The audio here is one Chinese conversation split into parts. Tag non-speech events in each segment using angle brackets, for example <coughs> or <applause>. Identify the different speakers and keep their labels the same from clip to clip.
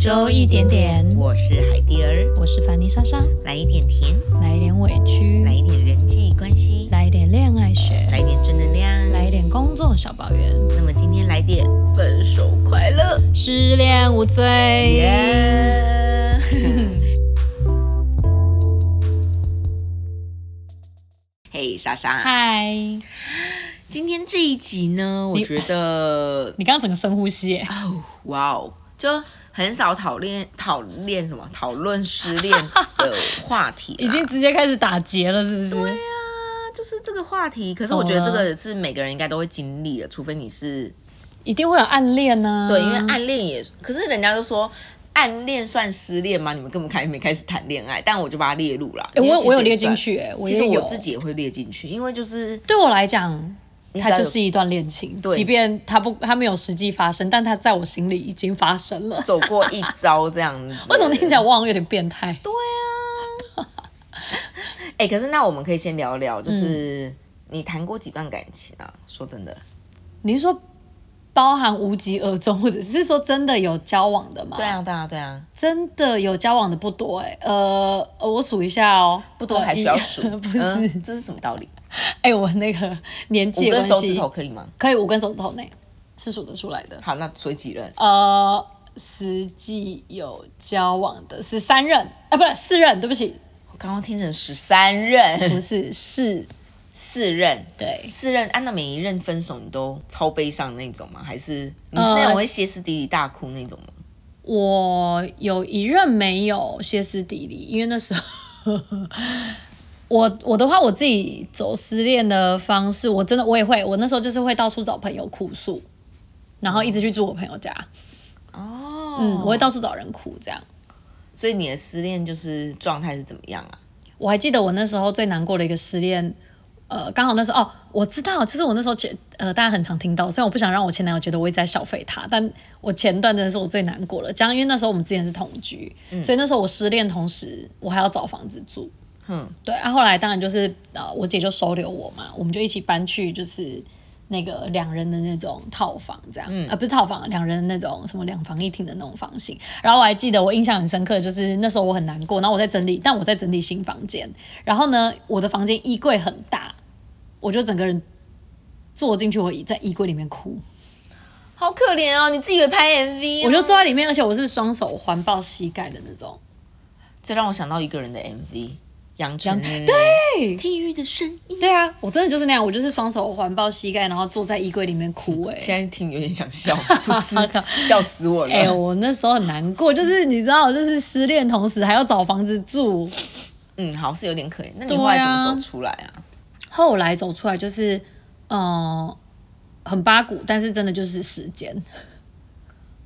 Speaker 1: 周一点点，
Speaker 2: 我是海蒂儿，
Speaker 1: 我是凡妮莎莎，
Speaker 2: 来一点甜，
Speaker 1: 来一点委屈，
Speaker 2: 来一点人际关系，
Speaker 1: 来一点恋爱学，
Speaker 2: 来一点正能量。
Speaker 1: 来一点工作小抱怨，
Speaker 2: 那么今天来点分手快乐，
Speaker 1: 失恋无罪。
Speaker 2: 耶！嘿，莎莎，
Speaker 1: 嗨，
Speaker 2: 今天这一集呢，我
Speaker 1: 你
Speaker 2: 觉得
Speaker 1: <coughs> 你刚刚整个深呼吸耶，
Speaker 2: 哇哦，就很少讨论讨论什么讨论失恋的话题啦，
Speaker 1: <laughs> 已经直接开始打结了，是不
Speaker 2: 对
Speaker 1: 是？
Speaker 2: 啊，就是这个话题。可是
Speaker 1: 懂
Speaker 2: 我觉得这
Speaker 1: 了
Speaker 2: 个是每个人应该都会经历的，除非你是呃
Speaker 1: 一定会有暗恋啊呢、
Speaker 2: 对，因为暗恋也，可是人家就说暗恋算失恋吗？你们根本开没开始谈恋爱，但我就把它列入啦。
Speaker 1: 诶
Speaker 2: 因为
Speaker 1: 我
Speaker 2: 其实
Speaker 1: 我有
Speaker 2: 也
Speaker 1: 列进
Speaker 2: 算，
Speaker 1: 去、诶我
Speaker 2: 其实
Speaker 1: 也有
Speaker 2: 我自己也会列进去，因为就是
Speaker 1: 对我来讲。
Speaker 2: 你只
Speaker 1: 它
Speaker 2: 要有
Speaker 1: 就是一段恋情，
Speaker 2: 对
Speaker 1: 即便它不，它没有实际发生，但它在我心里已经发生了。
Speaker 2: 走过一遭这样子。
Speaker 1: <laughs> 为什么听起来我好像有点变态？
Speaker 2: 对啊， <laughs> 哎、可是那我们可以先聊聊，就是、
Speaker 1: 嗯
Speaker 2: 你谈过几段感情啊？说真的，
Speaker 1: 哦你是说包含无疾而终，或者是说真的有交往的吗？
Speaker 2: 对，啊，对啊，对啊，
Speaker 1: 真的有交往的不多哎、呃，呃我数一下哦，
Speaker 2: 不多还需要数，
Speaker 1: 呃一 <laughs> 不是，哎、
Speaker 2: 嗯，这是什么道理？
Speaker 1: 我那个年纪
Speaker 2: 五
Speaker 1: 的
Speaker 2: 根手
Speaker 1: 关
Speaker 2: 指
Speaker 1: 系
Speaker 2: 头，可以吗？
Speaker 1: 可以五根手指头内是数得出来的。
Speaker 2: 好，那所以几任？
Speaker 1: 呃，实际有交往的是三任，啊，不是四任，对不起，
Speaker 2: 我刚刚听成十三任， <laughs>
Speaker 1: 不是是，
Speaker 2: 四任，
Speaker 1: 对，
Speaker 2: 四任，按、照每一任分手，你都超悲伤的那种吗？还是你是那
Speaker 1: 呃
Speaker 2: 种会歇斯底里大哭那种吗？
Speaker 1: 我有一任没有歇斯底里，因为那时候我我的话，我自己走失恋的方式，我真的我也会，我那时候就是会到处找朋友哭诉，然后一直去住我朋友家，
Speaker 2: 哦，
Speaker 1: 嗯，我会到处找人哭这样。
Speaker 2: 所以你的失恋就是状态是怎么样啊？
Speaker 1: 我还记得我那时候最难过的一个失恋，呃，刚好那时候哦，我知道，就是我那时候前呃，大家很常听到，虽然我不想让我前男友觉得我一直在消费他，但我前段真的是我最难过了。这样，因为那时候我们之前是同居，所以那时候我失恋，同时我还要找房子住。
Speaker 2: 哼，
Speaker 1: 对啊，后来当然就是呃，我姐就收留我嘛，我们就一起搬去就是那个两人的那种套房，这样，啊、不是套房，两人的那种什么两房一厅的那种房型。然后我还记得我印象很深刻，就是那时候我很难过，然后我在整理，但我在整理新房间，然后呢，我的房间衣柜很大，我就整个人坐进去，我在衣柜里面哭，
Speaker 2: 好可怜哦，你自己以为拍哦 MV，、
Speaker 1: 我就坐在里面，而且我是双手环抱膝盖的那种。
Speaker 2: 这让我想到一个人的 MV，杨丞琳，
Speaker 1: 对
Speaker 2: 地狱的声音。
Speaker 1: 对啊，我真的就是那样，我就是双手环抱膝盖，然后坐在衣柜里面哭、欸，
Speaker 2: <laughs> 现在听有点想笑，
Speaker 1: 靠
Speaker 2: <laughs> 笑死我了。
Speaker 1: <laughs> 哎、我那时候很难过，就是你知道，就是失恋，同时还要找房子住。
Speaker 2: 嗯，好是有点可怜。那你
Speaker 1: 对啊
Speaker 2: 后来怎么走出来啊？
Speaker 1: 后来走出来就是，嗯、很八股，但是真的就是时间。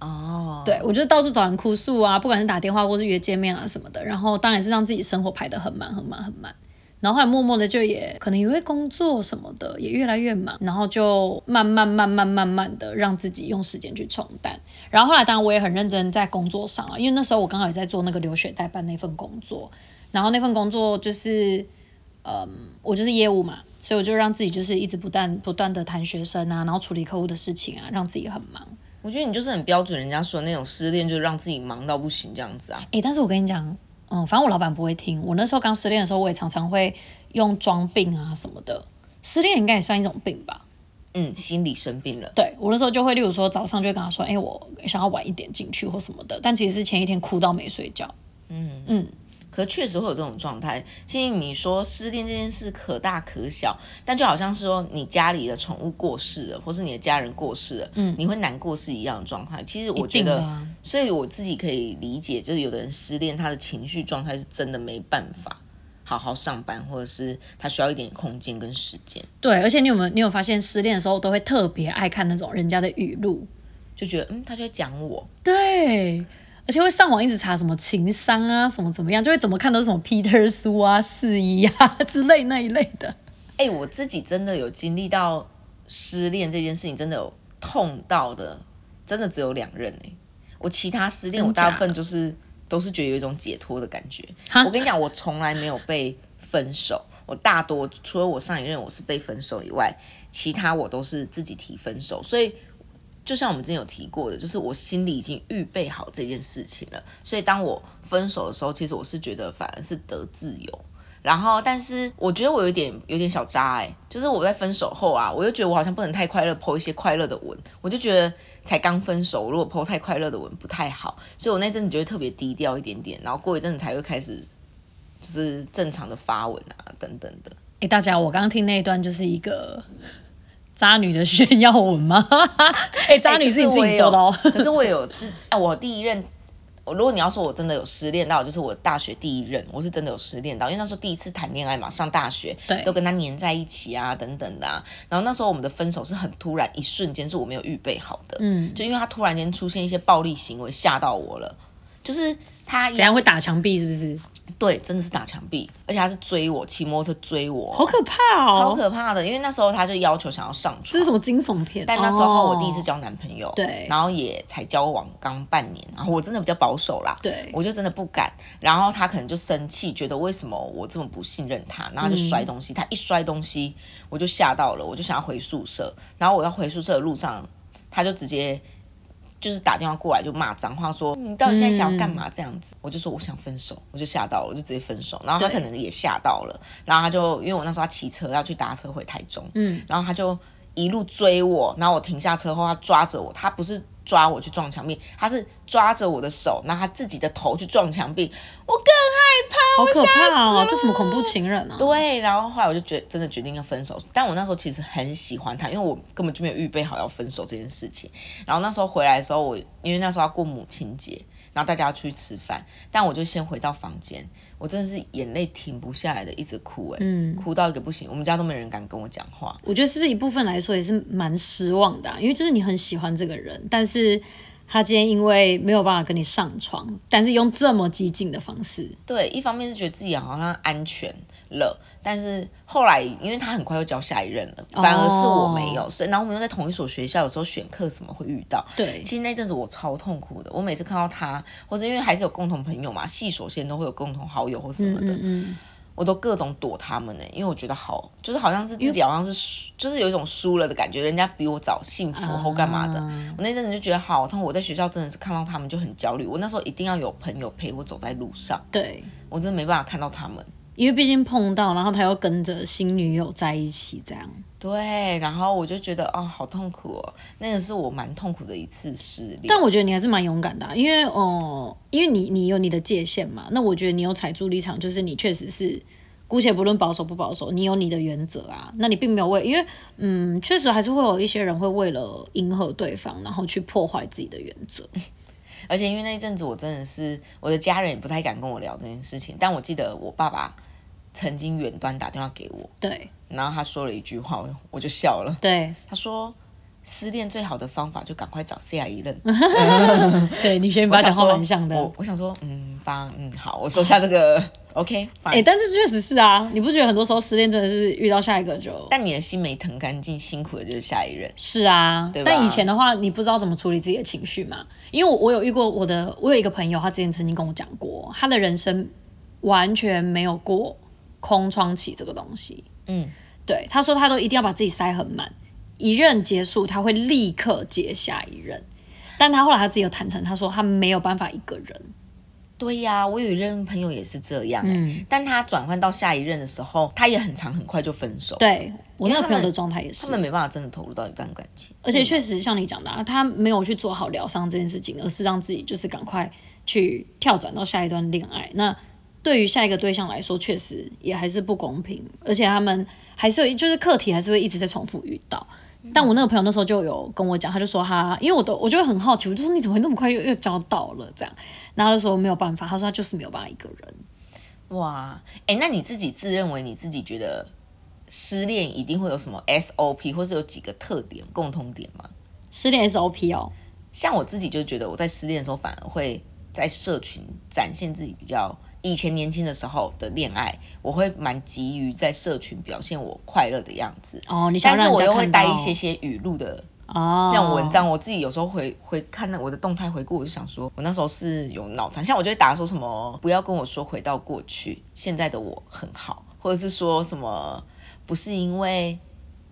Speaker 2: 哦，
Speaker 1: 对我就到处找人哭诉啊，不管是打电话或是约见面啊什么的。然后当然是让自己生活排得很满很满很满。然后后来默默的就也可能因为工作什么的也越来越忙，然后就慢慢慢慢慢慢的让自己用时间去冲淡。然后后来当然我也很认真在工作上啊，因为那时候我刚好也在做那个留学代办那份工作，然后那份工作就是呃我就是业务嘛，所以我就让自己就是一直不断不断的谈学生啊，然后处理客户的事情啊，让自己很忙。
Speaker 2: 我觉得你就是很标准，人家说的那种失恋就是让自己忙到不行这样子啊。
Speaker 1: 诶，但是我跟你讲，嗯，反正我老板不会听。我那时候刚失恋的时候，我也常常会用装病啊什么的。失恋应该也算一种病吧？
Speaker 2: 嗯，心理生病了。
Speaker 1: 对我那时候就会，例如说早上就会跟他说，诶，我想要晚一点进去或什么的，但其实是前一天哭到没睡觉。
Speaker 2: 嗯
Speaker 1: 嗯
Speaker 2: 可确实会有这种状态。其实你说失恋这件事可大可小，但就好像是说你家里的宠物过世了，或是你的家人过世了，嗯，你会难过是一样的状态。其实我觉
Speaker 1: 一定
Speaker 2: 得，
Speaker 1: 的啊
Speaker 2: 所以我自己可以理解，就是有的人失恋，他的情绪状态是真的没办法好好上班，或者是他需要一点空间跟时间，
Speaker 1: 对，而且你有没有你有发现失恋的时候都会特别爱看那种人家的语录？
Speaker 2: 就觉得嗯，他就在讲我，
Speaker 1: 对，而且会上网一直查什么情商啊，什么怎么样，就会怎么看都是什么 Peter 书啊、四一啊 <laughs> 之类那一类的。
Speaker 2: 哎、我自己真的有经历到失恋这件事情，真的有痛到的，真的只有两任哎、我其他失恋，
Speaker 1: 真
Speaker 2: 我大
Speaker 1: 假
Speaker 2: 部分就是都是觉得有一种解脱的感觉
Speaker 1: 哈。
Speaker 2: 我跟你讲，我从来没有被分手，我大多除了我上一任我是被分手以外，其他我都是自己提分手，所以就像我们之前有提过的，就是我心里已经预备好这件事情了，所以当我分手的时候，其实我是觉得反而是得自由。然后，但是我觉得我有点有点小渣哎、就是我在分手后啊，我又觉得我好像不能太快乐剖一些快乐的文，我就觉得才刚分手，如果剖太快乐的文不太好，所以我那阵子就会特别低调一点点，然后过一阵子才会开始就是正常的发文啊等等的。
Speaker 1: 哎、大家，我刚刚听那一段就是一个渣女的炫耀文吗？ <laughs> 哎、渣女是你自己说的哦。 <laughs>
Speaker 2: <laughs> 可是我有自啊，我第一任，我如果你要说我真的有失恋到，就是我大学第一任，我是真的有失恋到，因为那时候第一次谈恋爱嘛，上大学，
Speaker 1: 对
Speaker 2: 都跟他黏在一起啊，等等的啊。然后那时候我们的分手是很突然，一瞬间是我没有预备好的，嗯，就因为他突然间出现一些暴力行为，吓到我了，就是他
Speaker 1: 怎样会打墙壁？是不是？
Speaker 2: 对，真的是打墙壁，而且他是追我，骑摩托车追我，
Speaker 1: 好可怕
Speaker 2: 超
Speaker 1: 哦！
Speaker 2: 可怕的，因为那时候他就要求想要上床，
Speaker 1: 这是什么惊悚片？
Speaker 2: 但那时候
Speaker 1: 哦
Speaker 2: 我第一次交男朋友，
Speaker 1: 对
Speaker 2: 然后也才交往刚半年，然后我真的比较保守啦，
Speaker 1: 对
Speaker 2: 我就真的不敢。然后他可能就生气，觉得为什么我这么不信任他，然后他就
Speaker 1: 嗯
Speaker 2: 摔东西，他一摔东西我就吓到了，我就想要回宿舍，然后我要回宿舍的路上，他就直接。就是打电话过来就骂脏话说，你到底现在想要干嘛这样子？我就说我想分手，我就吓到了，我就直接分手。然后他
Speaker 1: 对
Speaker 2: 可能也吓到了，然后他就因为我那时候要骑车要去搭车回台中，嗯，然后他就一路追我，然后我停下车后，他抓着我，他不是抓我去撞墙壁，他是抓着我的手，然后他自己的头去撞墙壁，我更害怕。
Speaker 1: 好可怕哦！这什么恐怖情人啊？
Speaker 2: 对，然后后来我就决真的决定要分手，但我那时候其实很喜欢他，因为我根本就没有预备好要分手这件事情。然后那时候回来的时候我，因为那时候要过母亲节，然后大家要出去吃饭，但我就先回到房间，我真的是眼泪停不下来的，一直哭、欸，哭到一个不行，我们家都没人敢跟我讲话。
Speaker 1: 我觉得是不是一部分来说也是蛮失望的啊、因为就是你很喜欢这个人，但是他今天因为没有办法跟你上床，但是用这么激进的方式，
Speaker 2: 对，一方面是觉得自己好像安全了，但是后来因为他很快又交下一任了，反而是我没有，所以然后我们又在同一所学校，有时候选课什么会遇到。
Speaker 1: 对
Speaker 2: 其实那阵子我超痛苦的，我每次看到他，或是因为还是有共同朋友嘛，系所线都会有共同好友或什么的，
Speaker 1: 嗯，
Speaker 2: 我都各种躲他们呢、欸因为我觉得好，就是好像是自己好像是输，就是有一种输了的感觉，人家比我早幸福或干嘛的。
Speaker 1: 啊
Speaker 2: 我那阵子就觉得好痛，我在学校真的是看到他们就很焦虑，我那时候一定要有朋友陪我走在路上，
Speaker 1: 对，
Speaker 2: 我真的没办法看到他们。
Speaker 1: 因为毕竟碰到，然后他又跟着新女友在一起，这样
Speaker 2: 对，然后我就觉得哦，好痛苦哦，那个是我蛮痛苦的一次失恋。
Speaker 1: 但我觉得你还是蛮勇敢的啊、因为哦、因为你你有你的界限嘛，那我觉得你有踩住立场，就是你确实是，姑且不论保守不保守，你有你的原则啊，那你并没有为，因为嗯，确实还是会有一些人会为了迎合对方，然后去破坏自己的原则，
Speaker 2: 而且因为那一阵子我真的是我的家人也不太敢跟我聊这件事情，但我记得我爸爸曾经远端打电话给我，
Speaker 1: 对
Speaker 2: 然后他说了一句话，我我就笑了。
Speaker 1: 对
Speaker 2: <laughs> 他说：“失恋最好的方法就赶快找下一任。” <laughs>
Speaker 1: 对，女学你
Speaker 2: 我
Speaker 1: 爸
Speaker 2: 想
Speaker 1: 讲话
Speaker 2: 说
Speaker 1: 蛮像的，
Speaker 2: 我我想说，嗯，爸，嗯，好，我收下这个 <laughs> ，OK，
Speaker 1: 哎、
Speaker 2: fine。
Speaker 1: 但是确实是啊，你不觉得很多时候失恋真的是遇到下一个就。
Speaker 2: 但你的心没疼干净，辛苦的就是下一任。
Speaker 1: 是啊
Speaker 2: 对，吧
Speaker 1: 但以前的话，你不知道怎么处理自己的情绪嘛？因为我我有遇过我的，我有一个朋友，他之前曾经跟我讲过，他的人生完全没有过空窗期这个东西。
Speaker 2: 嗯，
Speaker 1: 对，他说他都一定要把自己塞很满，一任结束他会立刻接下一任，但他后来他自己有坦诚，他说他没有办法一个人。
Speaker 2: 对呀、我有一任朋友也是这样、欸，但他转换到下一任的时候，他也很长，很快就分手。
Speaker 1: 对我那
Speaker 2: 因为
Speaker 1: 个
Speaker 2: 他
Speaker 1: 朋友的
Speaker 2: 们
Speaker 1: 状态也是
Speaker 2: 他，们没办法真的投入到一段感情，
Speaker 1: 而且确实像你讲的、啊，他没有去做好疗伤这件事情，而是让自己就是赶快去跳转到下一段恋爱。那对于下一个对象来说，确实也还是不公平，而且他们还是有就是课题还是会一直在重复遇到。
Speaker 2: 嗯
Speaker 1: 但我那个朋友那时候就有跟我讲，他就说他，因为我都我就会很好奇，我就说你怎么会那么快又又交到了这样？然后他就说没有办法，他说他就是没有办法一个人。
Speaker 2: 哇，哎、那你自己自认为你自己觉得失恋一定会有什么 SOP，或是有几个特点、共通点吗？
Speaker 1: 失恋 SOP 哦，
Speaker 2: 像我自己就觉得我在失恋的时候，反而会在社群展现自己比较以前年轻的时候的恋爱，我会蛮急于在社群表现我快乐的样子。
Speaker 1: 哦，你想
Speaker 2: 但
Speaker 1: 要
Speaker 2: 是
Speaker 1: 让人
Speaker 2: 我
Speaker 1: 家
Speaker 2: 又会
Speaker 1: 看到
Speaker 2: 带一些些语录的
Speaker 1: 哦
Speaker 2: 那种文章，我自己有时候回回看那我的动态回顾，我就想说，我那时候是有脑残，像我就会打说什么不要跟我说回到过去，现在的我很好，或者是说什么不是因为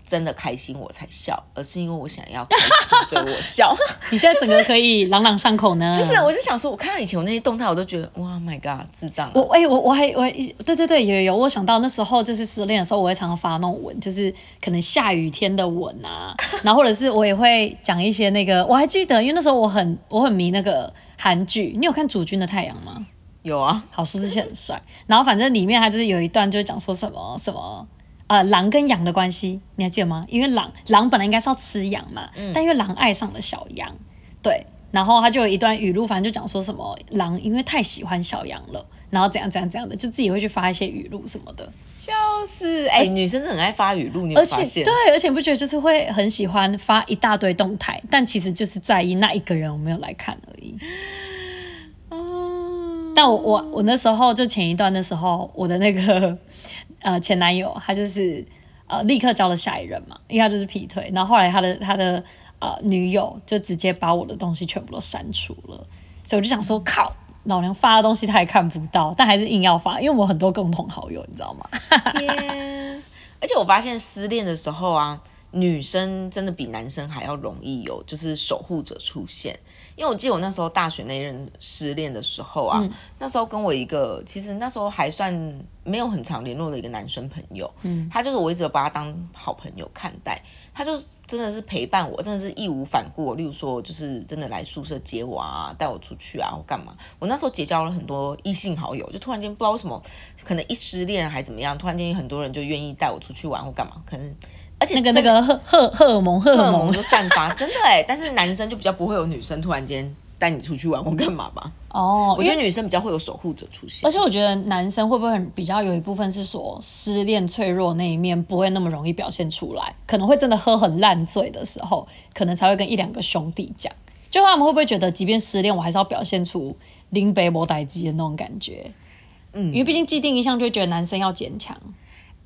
Speaker 2: 真的开心我才笑，而是因为我想要开心，所以我
Speaker 1: <laughs>
Speaker 2: 笑。
Speaker 1: 你现在整个可以朗朗上口呢。
Speaker 2: 就是我就想说，我看到以前我那些动态，我都觉得哇、m y God，智障啊、
Speaker 1: 我哎、我我还我还对对对，有有有，我想到那时候就是失恋的时候，我会常常发那种文，就是可能下雨天的文啊，然后或者是我也会讲一些那个，我还记得，因为那时候我很我很迷那个韩剧，你有看《主君的太阳》吗？
Speaker 2: 有啊，
Speaker 1: 好，苏志燮很帅。然后反正里面他就是有一段就是讲说什么什么。呃，狼跟羊的关系你还记得吗？因为狼狼本来应该是要吃羊嘛，但因为狼爱上了小羊，对，然后他就有一段语录，反正就讲说什么狼因为太喜欢小羊了，然后怎样怎样怎样的，就自己会去发一些语录什么的。
Speaker 2: 笑死！哎、女生真的很爱发语录，你有
Speaker 1: 而
Speaker 2: 发
Speaker 1: 且
Speaker 2: 现？
Speaker 1: 对，而且你不觉得就是会很喜欢发一大堆动态，但其实就是在意那一个人我没有来看而已。
Speaker 2: 哦
Speaker 1: 但我我我那时候就前一段的时候，我的那个 <laughs> 呃前男友他就是呃立刻交了下一任嘛，因为他就是劈腿，然后后来他的他的呃女友就直接把我的东西全部都删除了，所以我就想说靠。老娘发的东西他也看不到，但还是硬要发，因为我很多共同好友，你知道吗？
Speaker 2: 天！而且我发现失恋的时候啊，女生真的比男生还要容易有就是守护者出现。因为我记得我那时候大学那一任失恋的时候
Speaker 1: 嗯
Speaker 2: 啊，那时候跟我一个其实那时候还算没有很常联络的一个男生朋友，嗯，他就是我一直有把他当好朋友看待，他就是真的是陪伴我，真的是义无反顾。例如说，就是真的来宿舍接我啊，带我出去啊，或干嘛。我那时候结交了很多异性好友，就突然间不知道为什么，可能一失恋还怎么样，突然间很多人就愿意带我出去玩或干嘛，可能。而且
Speaker 1: 那个那
Speaker 2: 真的
Speaker 1: 个荷荷荷尔蒙荷
Speaker 2: 荷
Speaker 1: 尔
Speaker 2: 尔
Speaker 1: 蒙
Speaker 2: 蒙就散发， <laughs> 真的哎。但是男生就比较不会有女生突然间带你出去玩或干嘛
Speaker 1: <laughs>
Speaker 2: 吧？
Speaker 1: 哦，
Speaker 2: 我觉得女生比较会有守护者出现
Speaker 1: 而。且我觉得男生会不会很比较有一部分是说失恋脆弱那一面不会那么容易表现出来，可能会真的喝很烂醉的时候，可能才会跟一两个兄弟讲。就他们会不会觉得，即便失恋，我还是要表现出拎杯莫呆鸡的那种感觉？嗯，因为毕竟既定印象就会觉得男生要坚强。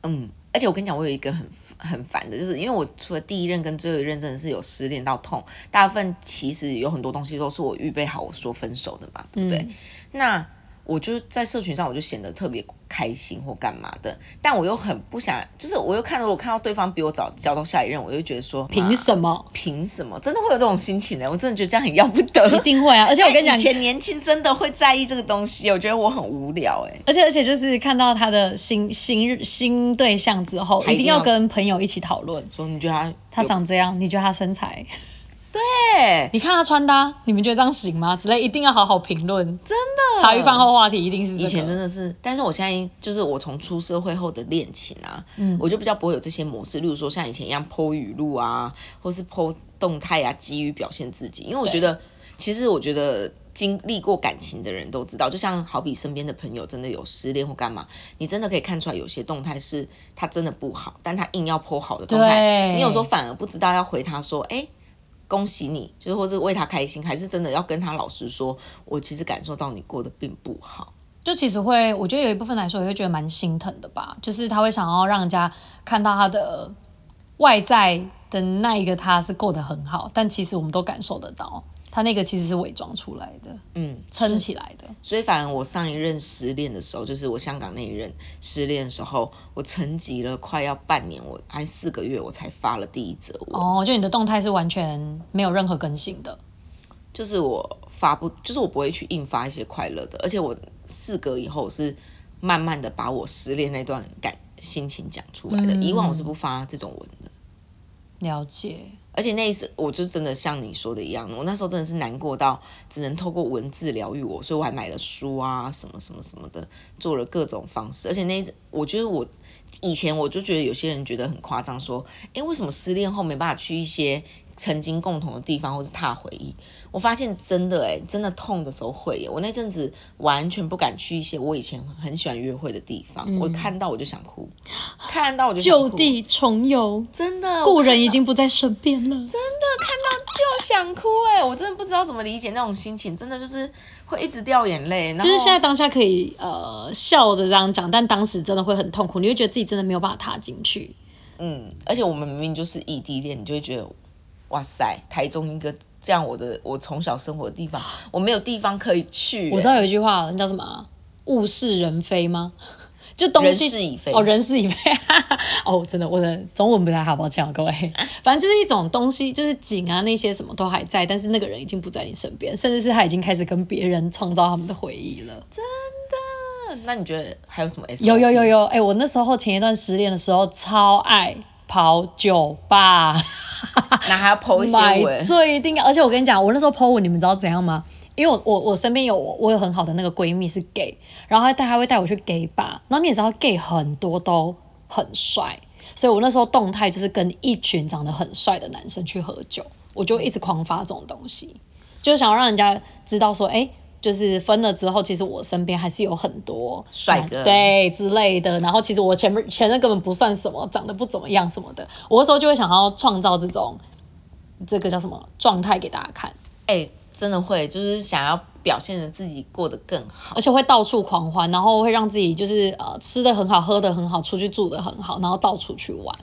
Speaker 2: 嗯，而且我跟你讲，我有一个很很烦的，就是因为我除了第一任跟最后一任真的是有失恋到痛，大部分其实有很多东西都是我预备好我说分手的嘛，对
Speaker 1: 嗯
Speaker 2: 不对？那我就在社群上，我就显得特别开心或干嘛的，但我又很不想，就是我又看到我看到对方比我早交到下一任，我就觉得说
Speaker 1: 凭
Speaker 2: 么？
Speaker 1: 什么？
Speaker 2: 凭什么？真的会有这种心情呢、欸我真的觉得这样很要不得。
Speaker 1: 一
Speaker 2: <laughs>
Speaker 1: 定会啊！而且我跟你讲
Speaker 2: 以，前年轻真的会在意这个东西，我觉得我很无聊哎、
Speaker 1: 而且而且就是看到他的新新新对象之后，
Speaker 2: 还
Speaker 1: 一
Speaker 2: 一定
Speaker 1: 定要
Speaker 2: 要
Speaker 1: 跟朋友一起讨论。
Speaker 2: 说你觉得他
Speaker 1: 他长这样，你觉得他身材？
Speaker 2: 对
Speaker 1: 你看他穿搭，你们觉得这样行吗？之类，一定要好好评论。真的，茶余饭后话题一定是、这个
Speaker 2: 以前真的是，但是我现在就是我从出社会后的恋情啊，
Speaker 1: 嗯
Speaker 2: 我就比较不会有这些模式，例如说像以前一样剖语录啊，或是剖动态啊，急于表现自己，因为我
Speaker 1: 对
Speaker 2: 觉得，其实我觉得。经历过感情的人都知道，就像好比身边的朋友真的有失恋或干嘛，你真的可以看出来，有些动态是他真的不好，但他硬要剖好的动态，
Speaker 1: 对
Speaker 2: 你有时候反而不知道要回他说，哎、恭喜你，就是或是为他开心，还是真的要跟他老实说，我其实感受到你过得并不好。
Speaker 1: 就其实会，我觉得有一部分来说，也会觉得蛮心疼的吧。就是他会想要让人家看到他的外在的那一个他是过得很好，但其实我们都感受得到，他那个其实是伪装出来的，嗯，撑起来的。
Speaker 2: 所以，反正我上一任失恋的时候，就是我香港那一任失恋的时候，我沉寂了快要半年，我还四个月，我才发了第一则文，
Speaker 1: 哦，就你的动态是完全没有任何更新的。
Speaker 2: 就是我发不，就是我不会去硬发一些快乐的，而且我事隔以后我是慢慢的把我失恋那段感心情讲出来的，以往我是不发这种文的。
Speaker 1: 了解，
Speaker 2: 而且那一次，我就真的像你说的一样，我那时候真的是难过到只能透过文字疗愈我，所以我还买了书啊，什么什么什么的，做了各种方式。而且那一次，我觉得我以前我就觉得有些人觉得很夸张，说，诶，为什么失恋后没办法去一些曾经共同的地方，或是踏回忆？我发现真的、诶，真的痛的时候会耶。我那阵子完全不敢去一些我以前很喜欢约会的地方，我看到我就想哭，看到我就想
Speaker 1: 就
Speaker 2: 哭
Speaker 1: 地重游，
Speaker 2: 真的
Speaker 1: 故人
Speaker 2: 已
Speaker 1: 已
Speaker 2: 经。
Speaker 1: 经不在身边了。
Speaker 2: 就想哭哎、我真的不知道怎么理解那种心情，真的就是会一直掉眼泪。然后
Speaker 1: 就是现在当下可以呃笑着这样讲，但当时真的会很痛苦，你会觉得自己真的没有办法踏进去。
Speaker 2: 嗯，而且我们明明就是异地恋，你就会觉得哇塞，台中一个这样我的我从小生活的地方，我没有地方可以去、
Speaker 1: 我知
Speaker 2: 哎
Speaker 1: 道有一句话，那叫什么啊、物是人非吗？ <laughs> 就东
Speaker 2: 人
Speaker 1: 西
Speaker 2: 事已非
Speaker 1: 哦，人事已非。 <laughs> 哦，真的，我的中文不太好，抱歉啊，各 <laughs> 位。反正就是一种东西，就是景啊那些什么都还在，但是那个人已经不在你身边，甚至是他已经开始跟别人创造他们的回忆了。
Speaker 2: 那你觉得还有什么 S？
Speaker 1: 有有有有，哎、我那时候前一段失恋的时候，超爱跑酒吧。
Speaker 2: 啊那还要 PO 一
Speaker 1: 买
Speaker 2: 些文，
Speaker 1: 醉一定要。而且我跟你讲，我那时候 PO 文，你们知道怎样吗？因为我我我身边有我我有很好的那个闺蜜是 gay，然后她带她会带我去 gay 吧，然后你也知道 gay 很多都很帅，所以我那时候动态就是跟一群长得很帅的男生去喝酒，我就一直狂发这种东西，就想要让人家知道说，哎、就是分了之后，其实我身边还是有很多
Speaker 2: 帅哥
Speaker 1: 对之类的。然后其实我前面前任根本不算什么，长得不怎么样什么的。我那时候就会想要创造这种这个叫什么状态给大家看，
Speaker 2: 哎、真的会，就是想要表现的自己过得更好。
Speaker 1: 而且会到处狂欢，然后会让自己就是呃吃的很好，喝的很好，出去住的很好，然后到处去玩，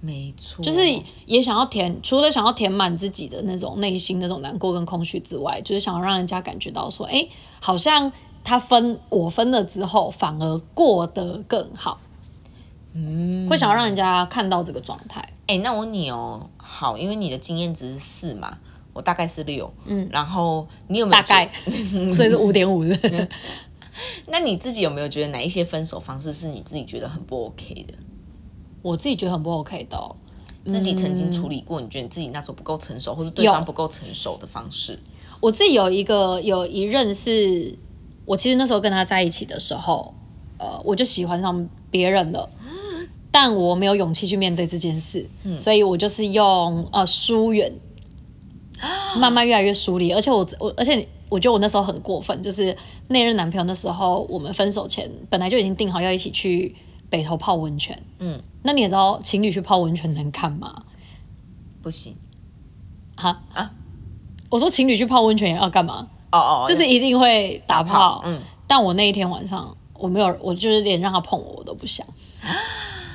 Speaker 2: 没错，
Speaker 1: 就是也想要填，除了想要填满自己的那种内心那种难过跟空虚之外，就是想要让人家感觉到说，哎、好像他分我分了之后，反而过得更好，嗯，会想要让人家看到这个状态。
Speaker 2: 哎、那我问你哦，好，因为你的经验值是四嘛，我大概是六，嗯，然后你有没有
Speaker 1: 大
Speaker 2: 觉
Speaker 1: 概？，所以是五点五。
Speaker 2: 那你自己有没有觉得哪一些分手方式是你自己觉得很
Speaker 1: 嗯
Speaker 2: 不 OK 的？
Speaker 1: 我自己觉得很不 OK 的哦、
Speaker 2: 自己曾经处理过，你觉得你自己那时候不够成熟，或是对
Speaker 1: 有
Speaker 2: 方不够成熟的方式？
Speaker 1: 我自己有一个有一任是，我其实那时候跟他在一起的时候，呃，我就喜欢上别人了，但我没有勇气去面对这件事，所以我就是用呃疏远，慢慢越来越疏离，而且我我而且。我觉得我那时候很过分，就是那任男朋友那时候我们分手前本来就已经定好要一起去北头泡温泉，嗯，那你也知道情侣去泡温泉能干嘛？
Speaker 2: 不行，
Speaker 1: 哈
Speaker 2: 啊！
Speaker 1: 我说情侣去泡温泉要干嘛？
Speaker 2: 哦哦，
Speaker 1: 就是一定会打炮。
Speaker 2: 嗯，
Speaker 1: 但我那一天晚上我没有，我就是连让他碰我我都不想。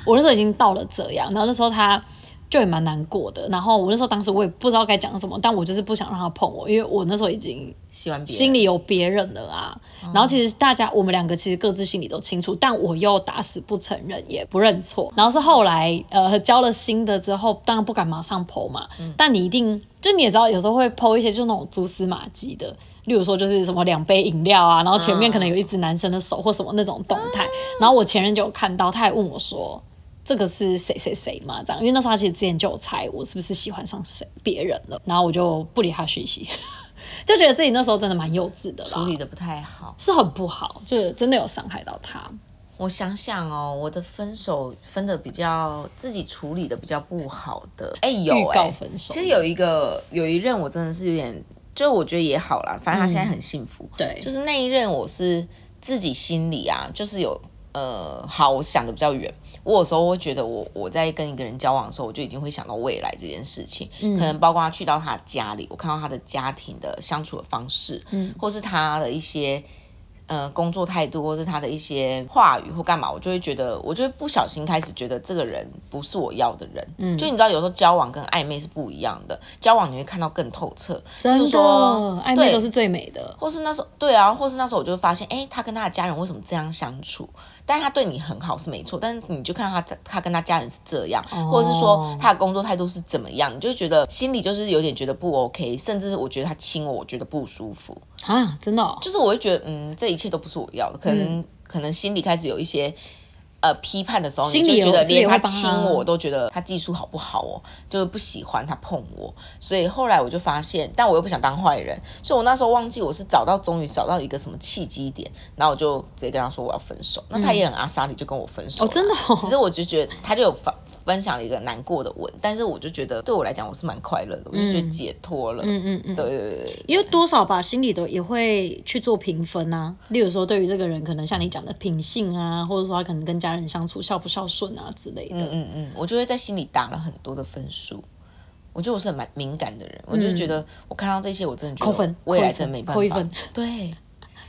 Speaker 1: 我那时候已经到了这样，然后那时候他就也蛮难过的。然后我那时候当时我也不知道该讲什么，但我就是不想让他碰我，因为我那时候已经
Speaker 2: 喜欢别人，
Speaker 1: 心里有别人了啊。然后其实大家我们两个其实各自心里都清楚，但我又打死不承认，也不认错。然后是后来呃交了新的之后，当然不敢马上剖嘛，但你一定就你也知道，有时候会剖一些就是那种蛛丝马迹的。例如说，就是什么两杯饮料啊，然后前面可能有一只男生的手或什么那种动态，然后我前任就有看到，他还问我说：“这个是谁谁谁嘛？”这样，因为那时候他其实之前就有猜我是不是喜欢上谁别人了，然后我就不理他讯息。 <laughs> 就觉得自己那时候真的蛮幼稚的
Speaker 2: 处
Speaker 1: 啦，
Speaker 2: 理的不太好。
Speaker 1: 是很不好，就是真的有伤害到他。
Speaker 2: 我想想哦，我的分手分的比较自己处理的比较不好的，哎、有
Speaker 1: 预
Speaker 2: 哎、
Speaker 1: 告分手
Speaker 2: 其实有一个有一任我真的是有点，就我觉得也好啦，反正他现在很幸福。
Speaker 1: 嗯对
Speaker 2: 就是那一任我是自己心里啊，就是有呃，好，我想的比较远。我有时候会觉得我我在跟一个人交往的时候，我就已经会想到未来这件事情，
Speaker 1: 嗯
Speaker 2: 可能包括他去到他家里，我看到他的家庭的相处的方式，嗯，或是他的一些呃工作态度，或是他的一些话语或干嘛，我就会觉得，我就会不小心开始觉得这个人不是我要的人。嗯，就你知道，有时候交往跟暧昧是不一样的，交往你会看到更透彻，
Speaker 1: 真
Speaker 2: 就
Speaker 1: 的，
Speaker 2: 是说
Speaker 1: 暧昧
Speaker 2: 对
Speaker 1: 都是最美的。
Speaker 2: 或是那时候对啊，或是那时候我就会发现，哎，他跟他的家人为什么这样相处？但是他对你很好是没错，但是你就看到他他跟他家人是这样，或者是说他的工作态度是怎么样，你就会觉得心里就是有点觉得不 OK，甚至我觉得他亲我，我觉得不舒服。
Speaker 1: 啊，真的、哦，
Speaker 2: 就是我会觉得，嗯，这一切都不是我要的，可能、
Speaker 1: 嗯
Speaker 2: 可能心里开始有一些呃批判的时候，
Speaker 1: 心
Speaker 2: 你
Speaker 1: 里
Speaker 2: 就觉
Speaker 1: 有
Speaker 2: 得
Speaker 1: 心里
Speaker 2: 连
Speaker 1: 会
Speaker 2: 他
Speaker 1: 帮
Speaker 2: 亲
Speaker 1: 他
Speaker 2: 我都觉得他技术好不好哦，就是不喜欢他碰我，所以后来我就发现，但我又不想当坏人，所以我那时候忘记我是找到终于找到一个什么契机点，然后我就直接跟他说我要分手，那他也很阿莎里就跟我分手
Speaker 1: 嗯哦，
Speaker 2: 了，
Speaker 1: 真的、
Speaker 2: 只
Speaker 1: 哦，
Speaker 2: 是我就觉得他就有分分享了一个难过的吻，但是我就觉得对我来讲我是蛮快乐的，我就觉得解脱了，嗯嗯嗯，对对对对
Speaker 1: 因为多少吧，心里都也会去做评分啊。例如说，对于这个人，可能像你讲的品性啊，或者说他可能跟家人相处孝不孝顺啊之类的。
Speaker 2: 嗯嗯，我就会在心里打了很多的分数。我觉得我是很蛮敏感的人，我就觉得我看到这些，我真的觉
Speaker 1: 嗯扣分
Speaker 2: 得未来
Speaker 1: 扣一分
Speaker 2: 真的没办
Speaker 1: 扣一
Speaker 2: 法
Speaker 1: 分。
Speaker 2: 对，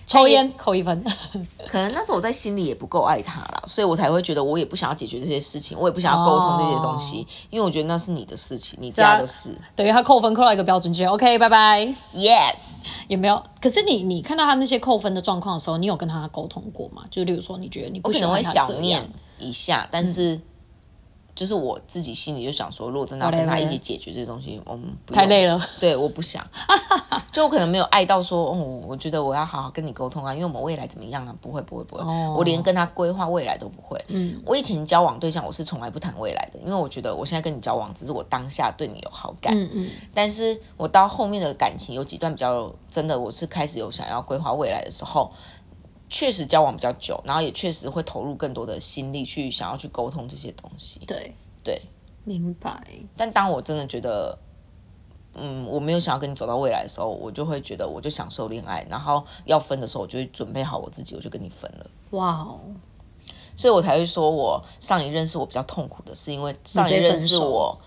Speaker 1: 抽烟扣一分， <laughs>
Speaker 2: 可能那时候我在心里也不够爱他啦，所以我才会觉得我也不想要解决这些事情，我也不想要沟通这些东
Speaker 1: 哦
Speaker 2: 西，因为我觉得那是你的事情，你
Speaker 1: 啊
Speaker 2: 家的事。
Speaker 1: 等于他扣分扣到一个标准线。OK，拜拜。
Speaker 2: Yes，
Speaker 1: 也没有，可是你你看到他那些扣分的状况的时候，你有跟他沟通过吗？就例如说，你觉得你
Speaker 2: 我
Speaker 1: 不
Speaker 2: 可
Speaker 1: 喜
Speaker 2: 能
Speaker 1: 欢
Speaker 2: 会
Speaker 1: 他
Speaker 2: 想
Speaker 1: 这样嗯
Speaker 2: 念，一下，但是就是我自己心里就想说，如果真的要跟他一起解决这些东西，我们不
Speaker 1: 太
Speaker 2: 用
Speaker 1: 累了。
Speaker 2: 对，我不想， <laughs> 就我可能没有爱到说，哦，我觉得我要好好跟你沟通啊，因为我们未来怎么样啊？不会，不会，不会，
Speaker 1: 哦
Speaker 2: 我连跟他规划未来都不会。嗯，我以前交往对象我是从来不谈未来的，因为我觉得我现在跟你交往，只是我当下对你有好感，
Speaker 1: 嗯嗯，
Speaker 2: 但是我到后面的感情有几段比较真的，我是开始有想要规划未来的时候，确实交往比较久，然后也确实会投入更多的心力去想要去沟通这些东西。
Speaker 1: 对
Speaker 2: 对，
Speaker 1: 明白。
Speaker 2: 但当我真的觉得，嗯，我没有想要跟你走到未来的时候，我就会觉得我就享受恋爱，然后要分的时候，我就会准备好我自己，我就跟你分了。
Speaker 1: 哇哦，
Speaker 2: 所以我才会说我上一任是我比较痛苦的，是因为上一
Speaker 1: 你被
Speaker 2: 任
Speaker 1: 分手
Speaker 2: 是我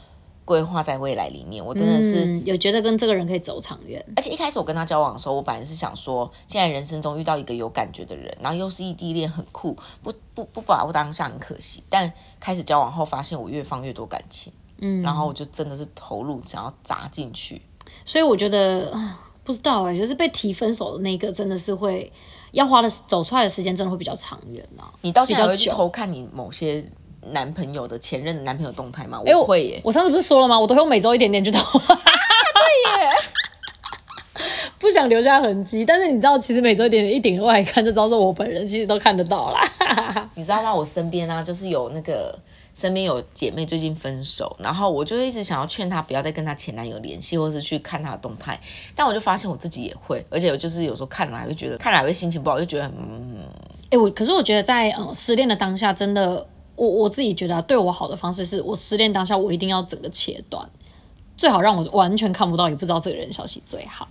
Speaker 2: 规划在未来里面，我真的是
Speaker 1: 嗯、有觉得跟这个人可以走长远。
Speaker 2: 而且一开始我跟他交往的时候，我本来是想说，既然人生中遇到一个有感觉的人，然后又是异地恋，很酷，不不不把握当下很可惜。但开始交往后，发现我越放越多感情，嗯，然后我就真的是投入，想要砸进去。
Speaker 1: 所以我觉得啊不知道哎、就是被提分手的那个真的是会要花的走出来的时间真的会比较长远啊。
Speaker 2: 你到现在
Speaker 1: 比较
Speaker 2: 还会去
Speaker 1: 久
Speaker 2: 偷看你某些男朋友的前任的男朋友动态吗？
Speaker 1: 哎
Speaker 2: 我会耶，
Speaker 1: 我上次不是说了吗？我都用每周一点点去偷。对耶。 <laughs> 不想留下痕迹，但是你知道，其实每周一点点一点外看就知道是我本人，其实都看得到啦。
Speaker 2: 你知道吗？我身边啊，就是有那个。身边有姐妹最近分手，然后我就一直想要劝她不要再跟她前男友联系，或是去看她的动态。但我就发现我自己也会，而且我就是有时候看了还会觉得，看了还会心情不好，就觉得很嗯，
Speaker 1: 哎、我可是我觉得在呃失恋的当下，真的，我我自己觉得、啊、对我好的方式是我失恋当下，我一定要整个切断，最好让我完全看不到，也不知道这个人消息最好。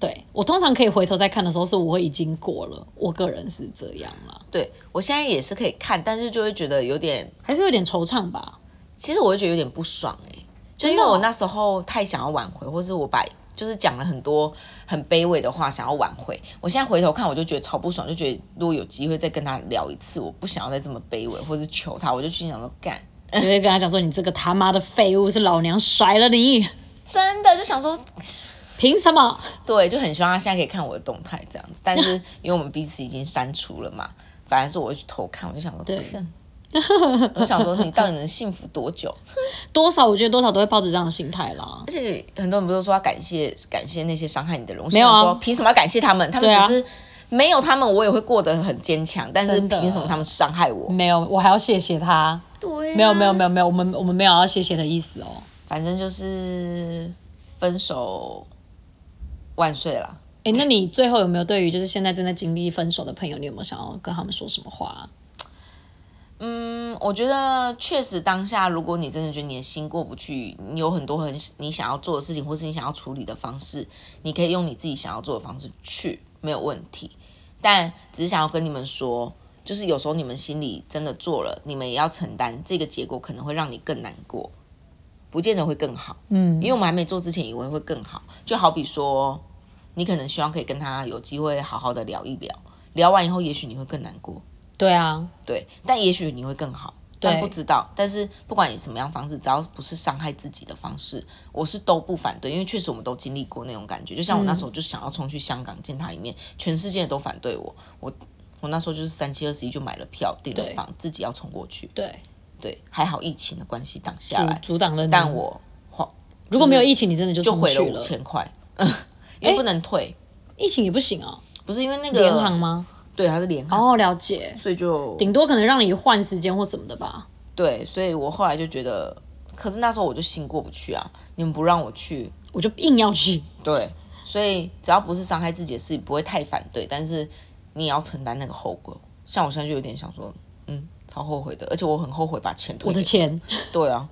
Speaker 1: 对我通常可以回头再看的时候，是我已经过了，我个人是这样啦，
Speaker 2: 对我现在也是可以看，但是就会觉得有点，
Speaker 1: 还是有点惆怅吧。
Speaker 2: 其实我会觉得有点不爽哎、就因为我那时候太想要挽回，或是我把就是讲了很多很卑微的话想要挽回。我现在回头看，我就觉得超不爽，就觉得如果有机会再跟他聊一次，我不想要再这么卑微，或是求他，我就心想说干。
Speaker 1: 就会跟他讲说：“你这个他妈的废物，是老娘甩了你，
Speaker 2: 真的就想说，
Speaker 1: 凭什么
Speaker 2: 对，就很希望他现在可以看我的动态这样子，但是因为我们彼此已经删除了嘛，反而是我会去偷看，我就想说，
Speaker 1: 对
Speaker 2: 看，我想说你到底能幸福多久？？”
Speaker 1: 多少我觉得多少都会抱着这样的心态啦。
Speaker 2: 而且很多人不是说要感谢感谢那些伤害你的人，我
Speaker 1: 没有啊
Speaker 2: 想说凭什么要感谢他们？他们
Speaker 1: 对啊
Speaker 2: 只是没有他们，我也会过得很坚强，但是
Speaker 1: 真的
Speaker 2: 凭什么他们伤害我？
Speaker 1: 没有，我还要谢谢他。
Speaker 2: 对、
Speaker 1: 没有，没有，没有，没有，我们我们没有要谢谢的意思哦。
Speaker 2: 反正就是分手万岁啦。
Speaker 1: 哎，那你最后有没有对于就是现在正在经历分手的朋友，你有没有想要跟他们说什么话？
Speaker 2: 嗯，我觉得确实当下，如果你真的觉得你的心过不去，你有很多很你想要做的事情，或是你想要处理的方式，你可以用你自己想要做的方式去，没有问题。但只是想要跟你们说，就是有时候你们心里真的做了，你们也要承担这个结果，可能会让你更难过，不见得会更好。嗯，因为我们还没做之前，以为会更好。就好比说，你可能希望可以跟他有机会好好的聊一聊，聊完以后，也许你会更难过。
Speaker 1: 对啊，
Speaker 2: 对，但也许你会更好，
Speaker 1: 对
Speaker 2: 但不知道。但是不管以什么样方式，只要不是伤害自己的方式，我是都不反对，因为确实我们都经历过那种感觉。就像我那时
Speaker 1: 嗯
Speaker 2: 候就想要冲去香港见他一面，全世界都反对我，我我那时候就是三七二十一就买了票，订了
Speaker 1: 对
Speaker 2: 房，自己要冲过去。
Speaker 1: 对，
Speaker 2: 对，还好疫情的关系挡下来，
Speaker 1: 阻阻挡了你。
Speaker 2: 但我花
Speaker 1: 如果没有疫情，你真的就
Speaker 2: 就
Speaker 1: 冲
Speaker 2: 毁了
Speaker 1: 去
Speaker 2: 五
Speaker 1: 了。
Speaker 2: 千
Speaker 1: <laughs>
Speaker 2: 块，因为不能退，
Speaker 1: 疫情也不行啊，
Speaker 2: 不是因为那个
Speaker 1: 联航吗？
Speaker 2: 对，它是联行，
Speaker 1: 哦，了解，
Speaker 2: 所以就
Speaker 1: 顶多可能让你换时间或什么的吧。
Speaker 2: 对，所以我后来就觉得，可是那时候我就心过不去啊，你们不让我去，
Speaker 1: 我就硬要去。
Speaker 2: 对，所以只要不是伤害自己的事，不会太反对，但是你也要承担那个后果。像我现在就有点想说，嗯，超后悔的，而且我很后悔把钱退
Speaker 1: 我的
Speaker 2: 给。
Speaker 1: 钱，
Speaker 2: 对
Speaker 1: <laughs>
Speaker 2: 啊，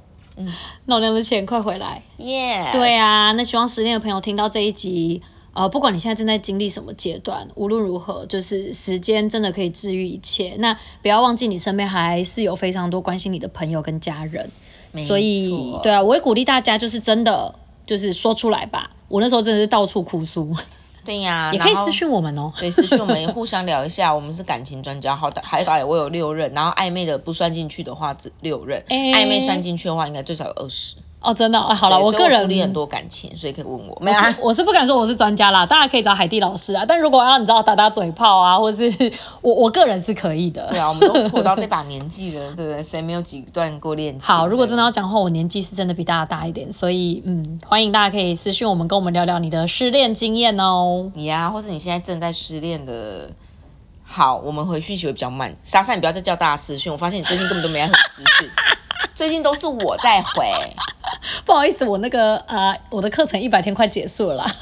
Speaker 1: 老娘的钱，快回来！
Speaker 2: 耶、
Speaker 1: <laughs> 对啊，那希望失恋的朋友听到这一集，呃，不管你现在正在经历什么阶段，无论如何，就是时间真的可以治愈一切。那不要忘记，你身边还是有非常多关心你的朋友跟家人，
Speaker 2: 没
Speaker 1: 所以
Speaker 2: 错
Speaker 1: 对啊，我会鼓励大家，就是真的，就是说出来吧。我那时候真的是到处哭诉，
Speaker 2: 对呀、
Speaker 1: 也可以
Speaker 2: 然后
Speaker 1: 私讯我们哦。
Speaker 2: 对，私讯我们互相聊一下，我们是感情专家，好歹还歹我有六任，然后暧昧的不算进去的话，只六任，
Speaker 1: 哎
Speaker 2: 暧昧算进去的话，应该最少有二十。
Speaker 1: 哦，真的、哦，哎好了，
Speaker 2: 对
Speaker 1: 我
Speaker 2: 所以
Speaker 1: 个人
Speaker 2: 处理很多感情，所以可以问我。没
Speaker 1: 我
Speaker 2: 有啊
Speaker 1: 是我是不敢说我是专家啦，大家可以找海蒂老师啊。但如果要你知道打打嘴炮啊，或是我我个人是可以的。 <laughs>
Speaker 2: 对啊，我们都活到这把年纪了，对不对？谁没有几段过恋情？
Speaker 1: 好，如果
Speaker 2: 对
Speaker 1: 真的要讲话，我年纪是真的比大家大一点，所以嗯，欢迎大家可以私讯我们，跟我们聊聊你的失恋经验哦。 <laughs>
Speaker 2: 你呀、或是你现在正在失恋的，好，我们回讯息会比较慢。莎莎，你不要再叫大家私讯，我发现你最近根本都没在回私
Speaker 1: <laughs>
Speaker 2: 讯，最近都是我在回。
Speaker 1: 不好意思，我那个呃，我的课程一百天快结束了 <laughs> 啦。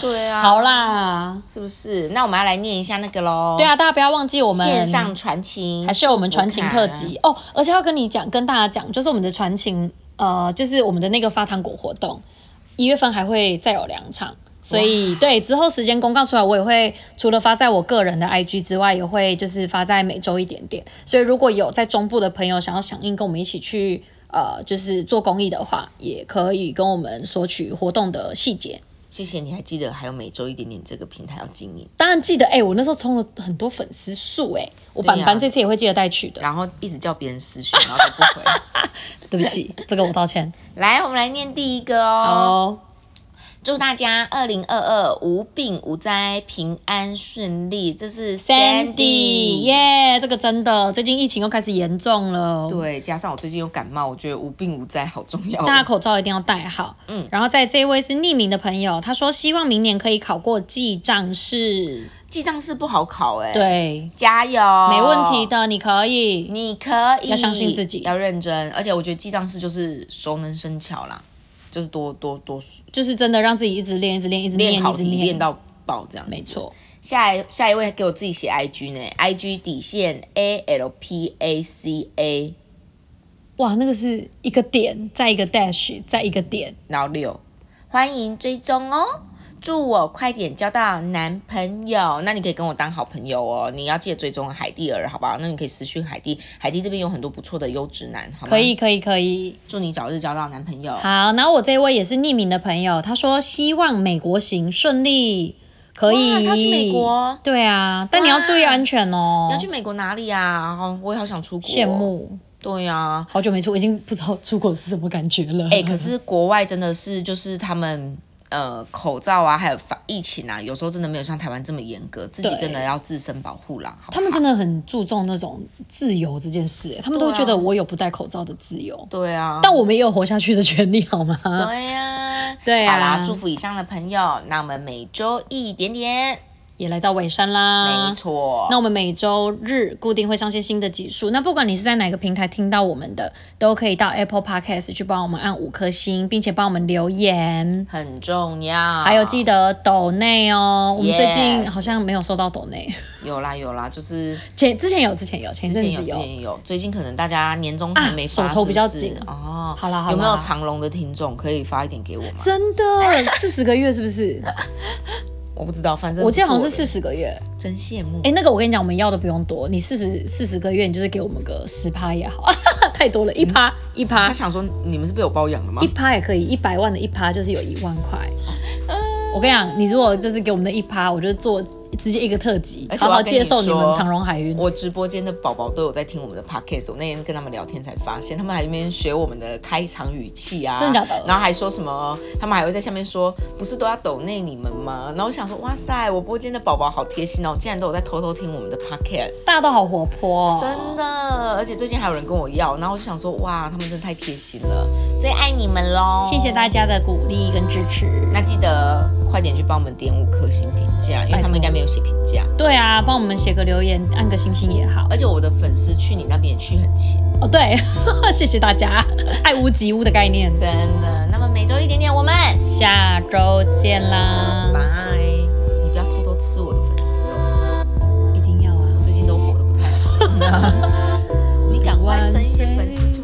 Speaker 2: 对啊，
Speaker 1: 好，啦，
Speaker 2: 是不是？那我们要来念一下那个喽。
Speaker 1: 对啊，大家不要忘记我们
Speaker 2: 线上传情
Speaker 1: 还是有我们
Speaker 2: 祝福
Speaker 1: 传
Speaker 2: 卡
Speaker 1: 情特
Speaker 2: 嗯
Speaker 1: 辑哦，而且要跟你讲，跟大家讲，就是我们的传情，呃，就是我们的那个发糖果活动，一月份还会再有两场，所以对之后时间公告出来，我也会除了发在我个人的 IG 之外，也会就是发在每周一点点，所以如果有在中部的朋友想要响应，跟我们一起去。呃，就是做公益的话，也可以跟我们索取活动的细节。
Speaker 2: 谢谢你还记得还有每周一点点这个平台要经营，
Speaker 1: 当然记得，哎、我那时候充了很多粉丝数，哎，我
Speaker 2: 对呀
Speaker 1: 板板这次也会记得带去的。
Speaker 2: 然后一直叫别人私讯，然后都不
Speaker 1: <laughs>
Speaker 2: 回。
Speaker 1: 对不起，这个我
Speaker 2: <laughs>
Speaker 1: 道歉。
Speaker 2: 来，我们来念第一个哦。
Speaker 1: 好哦。
Speaker 2: 祝大家二零二二无病无灾，平安顺利。这是
Speaker 1: Sandy，
Speaker 2: Sandy
Speaker 1: 耶这个真的，最近疫情又开始严重了，
Speaker 2: 对，加上我最近有感冒，我觉得无病无灾好重要哦。
Speaker 1: 大家口罩一定要戴好。嗯，然后在这一位是匿名的朋友，他说希望明年可以考过记账式，
Speaker 2: 记账是不好考哎、，
Speaker 1: 对，
Speaker 2: 加油，
Speaker 1: 没问题。的，你可以。
Speaker 2: 你可以，
Speaker 1: 要相信自己
Speaker 2: 要认真。而且我觉得记账式就是熟能生巧啦，就是多多多
Speaker 1: 就是真的让自己一直练，一直练，一直
Speaker 2: 练
Speaker 1: 一
Speaker 2: 考
Speaker 1: 直
Speaker 2: 题，练
Speaker 1: 练，
Speaker 2: 到爆这样。
Speaker 1: 没。错。
Speaker 2: 下一下一位给我自己写 IG 呢，IG 底线 A L P A C A，
Speaker 1: 哇，那个是一个点，再一个 dash，再一个点，
Speaker 2: 然后六，欢迎追踪哦。祝我快点交到男朋友，那你可以跟我当好朋友哦。你要记得追踪海蒂儿，好不好？那你可以私讯海蒂，海蒂这边有很多不错的优质男，好吗？
Speaker 1: 可，以，可以，可以。
Speaker 2: 祝你早日交到男朋友。
Speaker 1: 好，然后我这位也是匿名的朋友，他说希望美国行顺利，可
Speaker 2: 哇
Speaker 1: 以。
Speaker 2: 他要去美国哦
Speaker 1: 对啊，但你要注意安全哦
Speaker 2: 你。要去美国哪里啊？好，我也好想出国。
Speaker 1: 羡。慕，
Speaker 2: 对呀、啊，
Speaker 1: 好久没出，我已经不知道出国是什么感觉了。
Speaker 2: 哎、可是国外真的是就是他们呃口罩啊，还有防疫情啊，有时候真的没有像台湾这么严格，自己
Speaker 1: 对
Speaker 2: 真的要自身保护啦。好
Speaker 1: 他们真的很注重那种自由这件事，他们都
Speaker 2: 对啊
Speaker 1: 觉得我有不戴口罩的自由，
Speaker 2: 对啊，
Speaker 1: 但我们也有活下去的权利，好吗？
Speaker 2: 对呀、
Speaker 1: 对
Speaker 2: 好
Speaker 1: 啊
Speaker 2: 啦，，祝福以上的朋友，那我们每周一点点，
Speaker 1: 也来到尾声啦。
Speaker 2: 没错。
Speaker 1: 那我们每周日固定会上线新的集数。那不管你是在哪个平台听到我们的，都可以到 Apple Podcast 去帮我们按五颗星，并且帮我们留言。
Speaker 2: 很重要，
Speaker 1: 还有记得抖内哦，我们最近
Speaker 2: Yes
Speaker 1: 好像没有收到抖内，
Speaker 2: 有啦有啦，就是
Speaker 1: 前之前有，之前有，前一
Speaker 2: 之
Speaker 1: 阵
Speaker 2: 前有
Speaker 1: 子
Speaker 2: 之
Speaker 1: 有，
Speaker 2: 前有，最近可能大家年终还没发，
Speaker 1: 啊手头比较
Speaker 2: 是不是
Speaker 1: 紧
Speaker 2: 哦。
Speaker 1: 好啦好啦
Speaker 2: 有没有长隆的听众可以发一点给我吗？
Speaker 1: 真
Speaker 2: <laughs>
Speaker 1: 的四十个月是不是？
Speaker 2: 我不知道，反正
Speaker 1: 我记得好像是
Speaker 2: 不我
Speaker 1: 四十个月。
Speaker 2: 的，真羡慕。
Speaker 1: 哎、那个我跟你讲，我们要的不用多，你四十四十个月，你就是给我们个十趴也好， <laughs> 太多了，一趴
Speaker 2: 嗯
Speaker 1: 哎一趴
Speaker 2: 他想说你们是被我包养的吗
Speaker 1: 一？趴也可以，一百万的一趴就是有一万块。
Speaker 2: 嗯
Speaker 1: 我跟你讲，你如果就是给我们的一趴，我就做直接一个特辑
Speaker 2: 而，且
Speaker 1: 好
Speaker 2: 我要
Speaker 1: 好
Speaker 2: 跟你
Speaker 1: 介绍你们
Speaker 2: 说
Speaker 1: 长荣海运。
Speaker 2: 我直播间的宝宝都有在听我们的 podcast，我那天跟他们聊天才发现，他们还在那边学我们的开场语气啊，
Speaker 1: 真的假的
Speaker 2: 然后还说什么，他们还会在下面说，不是都要抖内你们吗？然后我想说，哇塞，我播间的宝宝好贴心哦，竟然都有在偷偷听我们的 podcast。
Speaker 1: 大家都好活泼、哦，
Speaker 2: 真的，而且最近还有人跟我要，然后我就想说，哇，他们真的太贴心了，最爱你们喽！
Speaker 1: 谢谢大家的鼓励跟支持。
Speaker 2: 那记得快点去帮我们点五颗星评价，因为他们应该没有写评价。
Speaker 1: 对啊，帮我们写个留言，按个星星也好。
Speaker 2: 而且我的粉丝去你那边也去很勤，
Speaker 1: 哦，对， <laughs> 谢谢大家，爱屋及乌的概念，
Speaker 2: 真的。那么每周一点点，我们
Speaker 1: 下周见啦，
Speaker 2: 拜。你不要偷偷吃我的粉丝哦，
Speaker 1: 一定要啊
Speaker 2: 我。最近都活得不太好。你赶快生一些粉丝出
Speaker 1: 哦